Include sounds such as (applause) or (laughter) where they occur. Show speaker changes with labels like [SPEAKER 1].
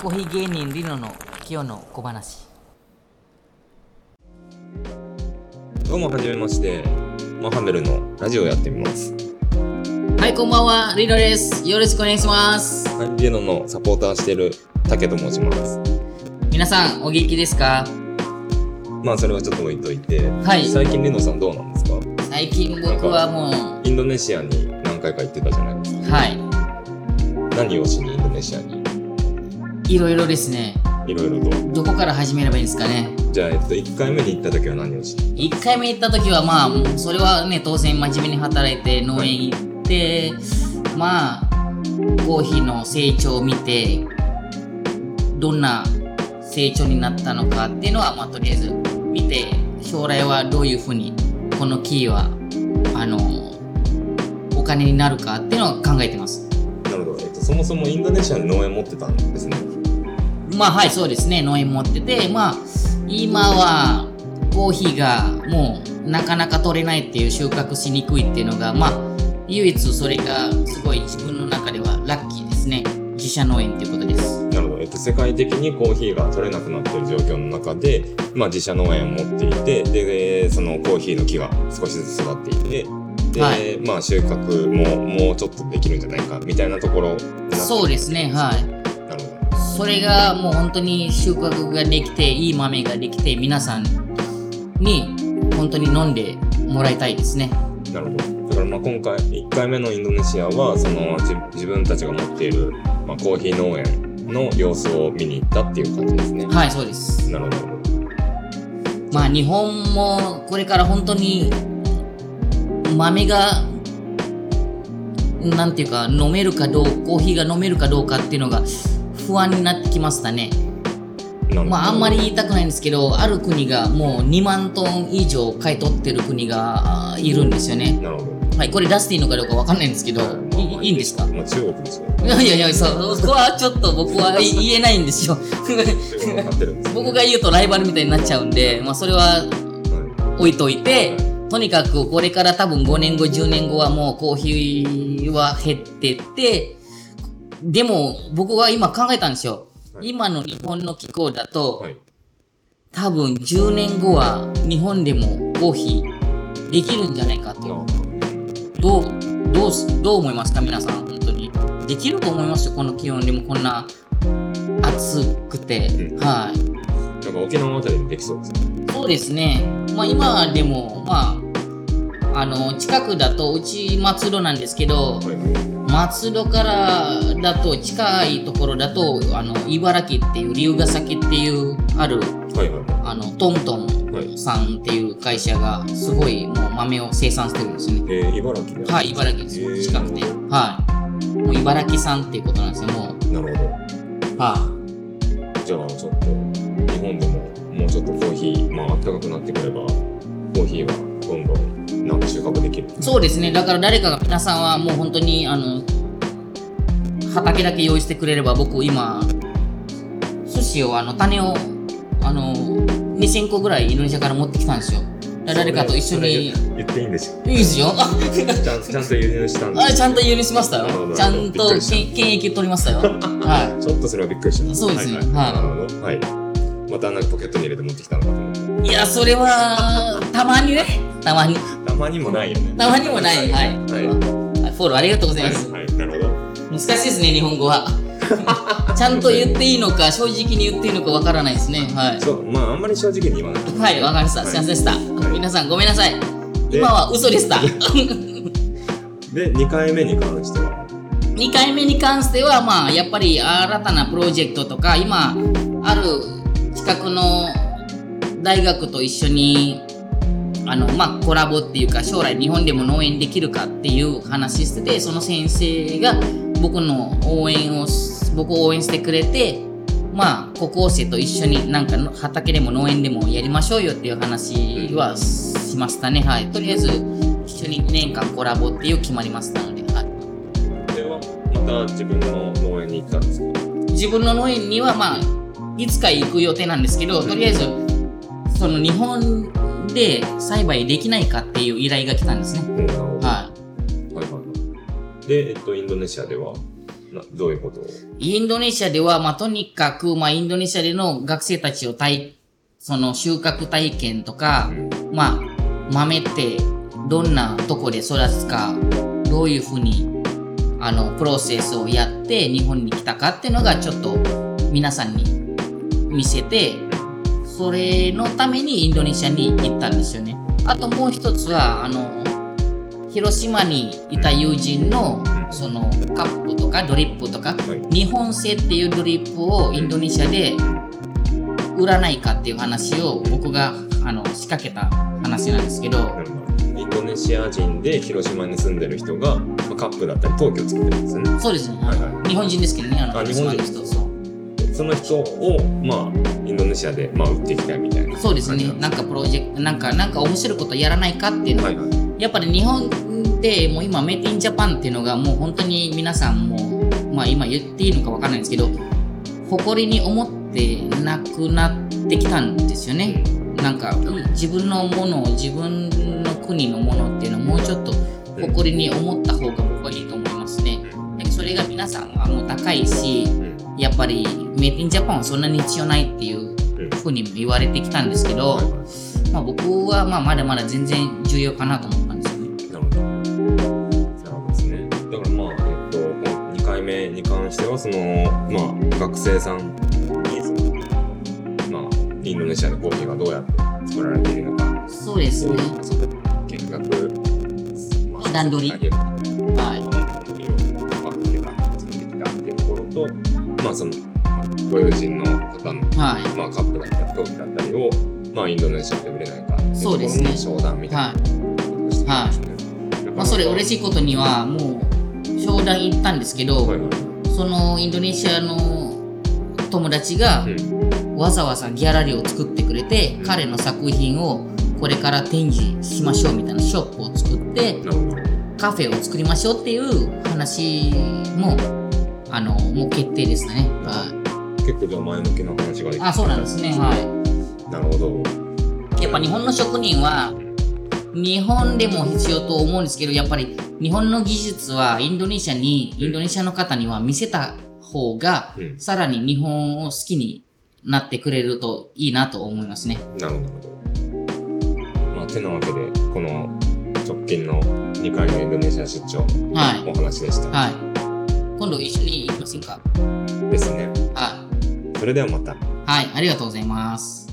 [SPEAKER 1] コーヒー芸人リノの清の小話
[SPEAKER 2] どうもはじめまして、マハメルのラジオやってみます。
[SPEAKER 1] はいこんばんはリノですよろしくお願いします
[SPEAKER 2] ハイビエノのサポーターしてるタケと申します。
[SPEAKER 1] 皆さんお元気ですか
[SPEAKER 2] まあそれはちょっと置いといて、
[SPEAKER 1] はい
[SPEAKER 2] 最近リノさんどうなんですか？
[SPEAKER 1] 最近僕はも
[SPEAKER 2] インドネシアに何回か行ってたじゃないです
[SPEAKER 1] うは
[SPEAKER 2] か。何をしにインドネシアに？
[SPEAKER 1] いいろいろですね
[SPEAKER 2] いろいろと。
[SPEAKER 1] どこから始めればいいですかね
[SPEAKER 2] じゃあえっと一回目に行った時は何をしに？
[SPEAKER 1] 1回目行った時はまあもうそれはね当然真面目に働いて農園行って、まあコーヒーの成長を見てどんな成長になったのかっていうのはまあとりあえず見て将来はどういうふうにこのキーはあのお金になるかっていうのを考えてます
[SPEAKER 2] なるほど。えっとそもそもインドネシアに農園持ってたんですね。
[SPEAKER 1] まあはいそうですね農園持っててまあ今はコーヒーがもうなかなか取れないっていう収穫しにくいっていうのがまあ唯一それがすごい自分の中ではラッキーですね自社農園っていうことです
[SPEAKER 2] なるほど。えっと世界的にコーヒーが取れなくなっている状況の中で、まあ自社農園を持っていて、でそのコーヒーの木が少しずつ育っていて。で、
[SPEAKER 1] はい
[SPEAKER 2] まあ収穫ももうちょっとできるんじゃないかみたいなところになって
[SPEAKER 1] そうですねはい
[SPEAKER 2] なるほど
[SPEAKER 1] それがもう本当に収穫ができていい豆ができて皆さんに本当に飲んでもらいたいですね
[SPEAKER 2] なるほどだからまあ今回1回目のインドネシアはその自自分たちが持っている、まあ、コーヒー農園の様子を見に行ったっていう感じですね、
[SPEAKER 1] はいそうです
[SPEAKER 2] なるほど
[SPEAKER 1] まあ日本もこれから本当に豆がなんていうか飲めるかどうコーヒーが飲めるかどうかっていうのが不安になってきましたね。
[SPEAKER 2] なるほど
[SPEAKER 1] まああんまり言いたくないんですけどある国がもう2万トン以上買い取ってる国があーいるんですよね。
[SPEAKER 2] なるほど
[SPEAKER 1] はい、これ出していいのかどうかわかんないんですけど
[SPEAKER 2] まあまあ
[SPEAKER 1] いいいんですか
[SPEAKER 2] まあ、中国ですね
[SPEAKER 1] いやいやいやそうそこはちょっと僕は言えないんですよ。 (laughs)
[SPEAKER 2] 中国が買ってるんです、ね、
[SPEAKER 1] 僕が言うとライバルみたいになっちゃうんで、まあ、それは
[SPEAKER 2] は
[SPEAKER 1] 置いとい
[SPEAKER 2] い
[SPEAKER 1] て。
[SPEAKER 2] はい
[SPEAKER 1] とにかくこれから多分5年後10年後はもうコーヒーは減ってってでも僕は今考えたんですよ、
[SPEAKER 2] はい
[SPEAKER 1] 今の日本の気候だと、
[SPEAKER 2] はい
[SPEAKER 1] 多分10年後は日本でもコーヒーできるんじゃないか
[SPEAKER 2] なる
[SPEAKER 1] と
[SPEAKER 2] ほ
[SPEAKER 1] どうどうすどう思いますか皆さん本当にできると思いますよこの気温でもこんな暑くて、
[SPEAKER 2] うん
[SPEAKER 1] はい
[SPEAKER 2] どなんか沖縄あたりでできそうですね
[SPEAKER 1] そうですね。まあ今でも、まあ、あの、近くだと、うち松戸なんですけど、
[SPEAKER 2] はい
[SPEAKER 1] 松戸からだと、近いところだと、あの、茨城っていう、龍ヶ崎っていう、ある、
[SPEAKER 2] はいはいは
[SPEAKER 1] あの、トントンさんっていう会社が、すごいもう豆を生産してるんですね。
[SPEAKER 2] いえー、茨城で
[SPEAKER 1] はい、茨城です。近くて。はい。もう茨城さんっていうことなんですよ、もう。
[SPEAKER 2] なるほど
[SPEAKER 1] はい。
[SPEAKER 2] じゃあちょっと日本でももうちょっとコーヒーまあ暖かくなってくればコーヒーはどんどんなんか収穫できる
[SPEAKER 1] そうですね、だから誰かが皆さんはもう本当にあの畑だけ用意してくれれば僕今寿司をあの種をあの2000個ぐらいインドネシアから持ってきたんですよ。だから誰かと一緒にいい
[SPEAKER 2] それ言っていいんでしょ
[SPEAKER 1] ですよ。あ
[SPEAKER 2] ちゃんちゃんと輸入したんで
[SPEAKER 1] あれちゃんと輸入しました
[SPEAKER 2] なるほ
[SPEAKER 1] よ。
[SPEAKER 2] ど
[SPEAKER 1] ちゃんと
[SPEAKER 2] びっく
[SPEAKER 1] け
[SPEAKER 2] りし
[SPEAKER 1] 検疫取りましたよ。は
[SPEAKER 2] ちょっとそれはびっくりしました
[SPEAKER 1] そうですね
[SPEAKER 2] はい、
[SPEAKER 1] はい
[SPEAKER 2] なるほどはいまたなんかポケットに入れて持ってきたのかと思って
[SPEAKER 1] い。いやそれはたまにね、たまに
[SPEAKER 2] たまにもないよね
[SPEAKER 1] たまにもない。はい。
[SPEAKER 2] はい
[SPEAKER 1] はいフォローありがとうございます。
[SPEAKER 2] はい、なるほど
[SPEAKER 1] 難しいですね日本語は (laughs) ちゃんと言っていいのか正直に言っていいのかわからないですねはい
[SPEAKER 2] そうまああんまり正直に言わない
[SPEAKER 1] はいわかりました
[SPEAKER 2] はい
[SPEAKER 1] すいませんでした、
[SPEAKER 2] い
[SPEAKER 1] 皆さんごめんなさい
[SPEAKER 2] で
[SPEAKER 1] 今は嘘でした
[SPEAKER 2] で2回目に関しては
[SPEAKER 1] 2回目に関してはまあやっぱり新たなプロジェクトとか今ある近くの大学と一緒にあのまあコラボっていうか将来日本でも農園できるかっていう話しててその先生が僕の応援をす僕を応援してくれてまあ高校生と一緒になんかの畑でも農園でもやりましょうよっていう話はしましたねはいとりあえず一緒に2年間コラボっていう決まりましたのではい。
[SPEAKER 2] これはまた自分の農園に行ったんですか
[SPEAKER 1] 自分の農園にはまあいつか行く予定なんですけどとりあえずその日本で栽培できないかっていう依頼が来たんですね
[SPEAKER 2] うんなるほど
[SPEAKER 1] は
[SPEAKER 2] はいはいはい。で、えっと、インドネシアではなどういうことを
[SPEAKER 1] インドネシアでは、まあ、とにかく、まあ、インドネシアでの学生たちを体、その収穫体験とか、まあ、豆ってどんなとこで育つか、どういうふうに、あの、プロセスをやって日本に来たかっていうのがちょっと皆さんに見せて、それのためにインドネシアに行ったんですよね。あともう一つは、あの、広島にいた友人の
[SPEAKER 2] う、ん
[SPEAKER 1] その、カップとかドリップとか、
[SPEAKER 2] はい
[SPEAKER 1] 日本製っていうドリップをインドネシアで売らないかっていう話を僕があの仕掛けた話なんですけど
[SPEAKER 2] なるほどインドネシア人で広島に住んでる人が、まあカップだったり陶器を作ってるんですよね
[SPEAKER 1] そうですね、
[SPEAKER 2] はいは
[SPEAKER 1] 日本人ですけどねあの
[SPEAKER 2] あ日
[SPEAKER 1] 広島
[SPEAKER 2] 本
[SPEAKER 1] の
[SPEAKER 2] 人
[SPEAKER 1] 人そう
[SPEAKER 2] でその人をまあインドネシアでまあ売っていきたいみたいな
[SPEAKER 1] そうです
[SPEAKER 2] 感じ
[SPEAKER 1] ね
[SPEAKER 2] なん
[SPEAKER 1] なんかプロジェクトなんかなんか面白いことやらないかっていうの、
[SPEAKER 2] はいはい
[SPEAKER 1] やっぱり日本でもう今メイ d インジャパンっていうのがもう本当に皆さんもまあ今言っていいのかわかんないんですけど誇りに思ってなくなってきたんですよね、なんか自分のものを自分の国のものっていうのをもうちょっと誇りに思った方が僕はいいと思いますね。だけどそれが皆さんはもう高いし、
[SPEAKER 2] うん
[SPEAKER 1] やっぱりメイディンジャパンはそんなに必要ないっていう
[SPEAKER 2] うん
[SPEAKER 1] ふうにも言われてきたんですけど
[SPEAKER 2] はい、はい
[SPEAKER 1] まあ、僕はまあまだまだ全然重要かなと思ったんですよね。
[SPEAKER 2] なるほど。なるほどですね。だからまあ、えっと、2回目に関しては、その、まあ、学生さんに、そのまあ、インドネシアのコーヒーがどうやって作られているのか、
[SPEAKER 1] そうです
[SPEAKER 2] そう
[SPEAKER 1] ね。
[SPEAKER 2] いう、そう見学、ま
[SPEAKER 1] 段取り
[SPEAKER 2] 上げるま
[SPEAKER 1] は
[SPEAKER 2] あ段取りを分けてた、作ってきたっていうところと、まあ、その、ご友人の方の、
[SPEAKER 1] い。はい。
[SPEAKER 2] まあ、カップだったり、陶器だったりを、まあ、インドネシアで売れないかっていうとこ
[SPEAKER 1] そう
[SPEAKER 2] ろ
[SPEAKER 1] ですね
[SPEAKER 2] の商談みた
[SPEAKER 1] は
[SPEAKER 2] いな
[SPEAKER 1] い。
[SPEAKER 2] ことをしてたんですね。
[SPEAKER 1] まあ、それ
[SPEAKER 2] しい
[SPEAKER 1] 嬉しいことにはもう商談行ったんですけど、
[SPEAKER 2] はいはい
[SPEAKER 1] そのインドネシアの友達が、
[SPEAKER 2] うん
[SPEAKER 1] わざわざギャラリーを作ってくれて、
[SPEAKER 2] うん
[SPEAKER 1] 彼の作品をこれから展示しましょうみたいなショップを作って
[SPEAKER 2] なるほど。
[SPEAKER 1] カフェを作りましょうっていう話もあのもう決定ですね、はい、
[SPEAKER 2] 結構じゃあ前向きな話ができた
[SPEAKER 1] あそうなんですねは
[SPEAKER 2] なるほど。
[SPEAKER 1] いやっぱ日本の職人は日本でも必要と思うんですけどやっぱり日本の技術はインドネシアにインドネシアの方には見せた方が、
[SPEAKER 2] うん
[SPEAKER 1] さらに日本を好きになってくれるといいなと思いますね
[SPEAKER 2] なるほど。まあ、てなわけで、この直近の2回のインドネシア出張
[SPEAKER 1] はい
[SPEAKER 2] のお話でした。
[SPEAKER 1] はい。今度一緒に行きませんか
[SPEAKER 2] ですね。
[SPEAKER 1] は
[SPEAKER 2] それではまた。
[SPEAKER 1] い。はい、ありがとうございます。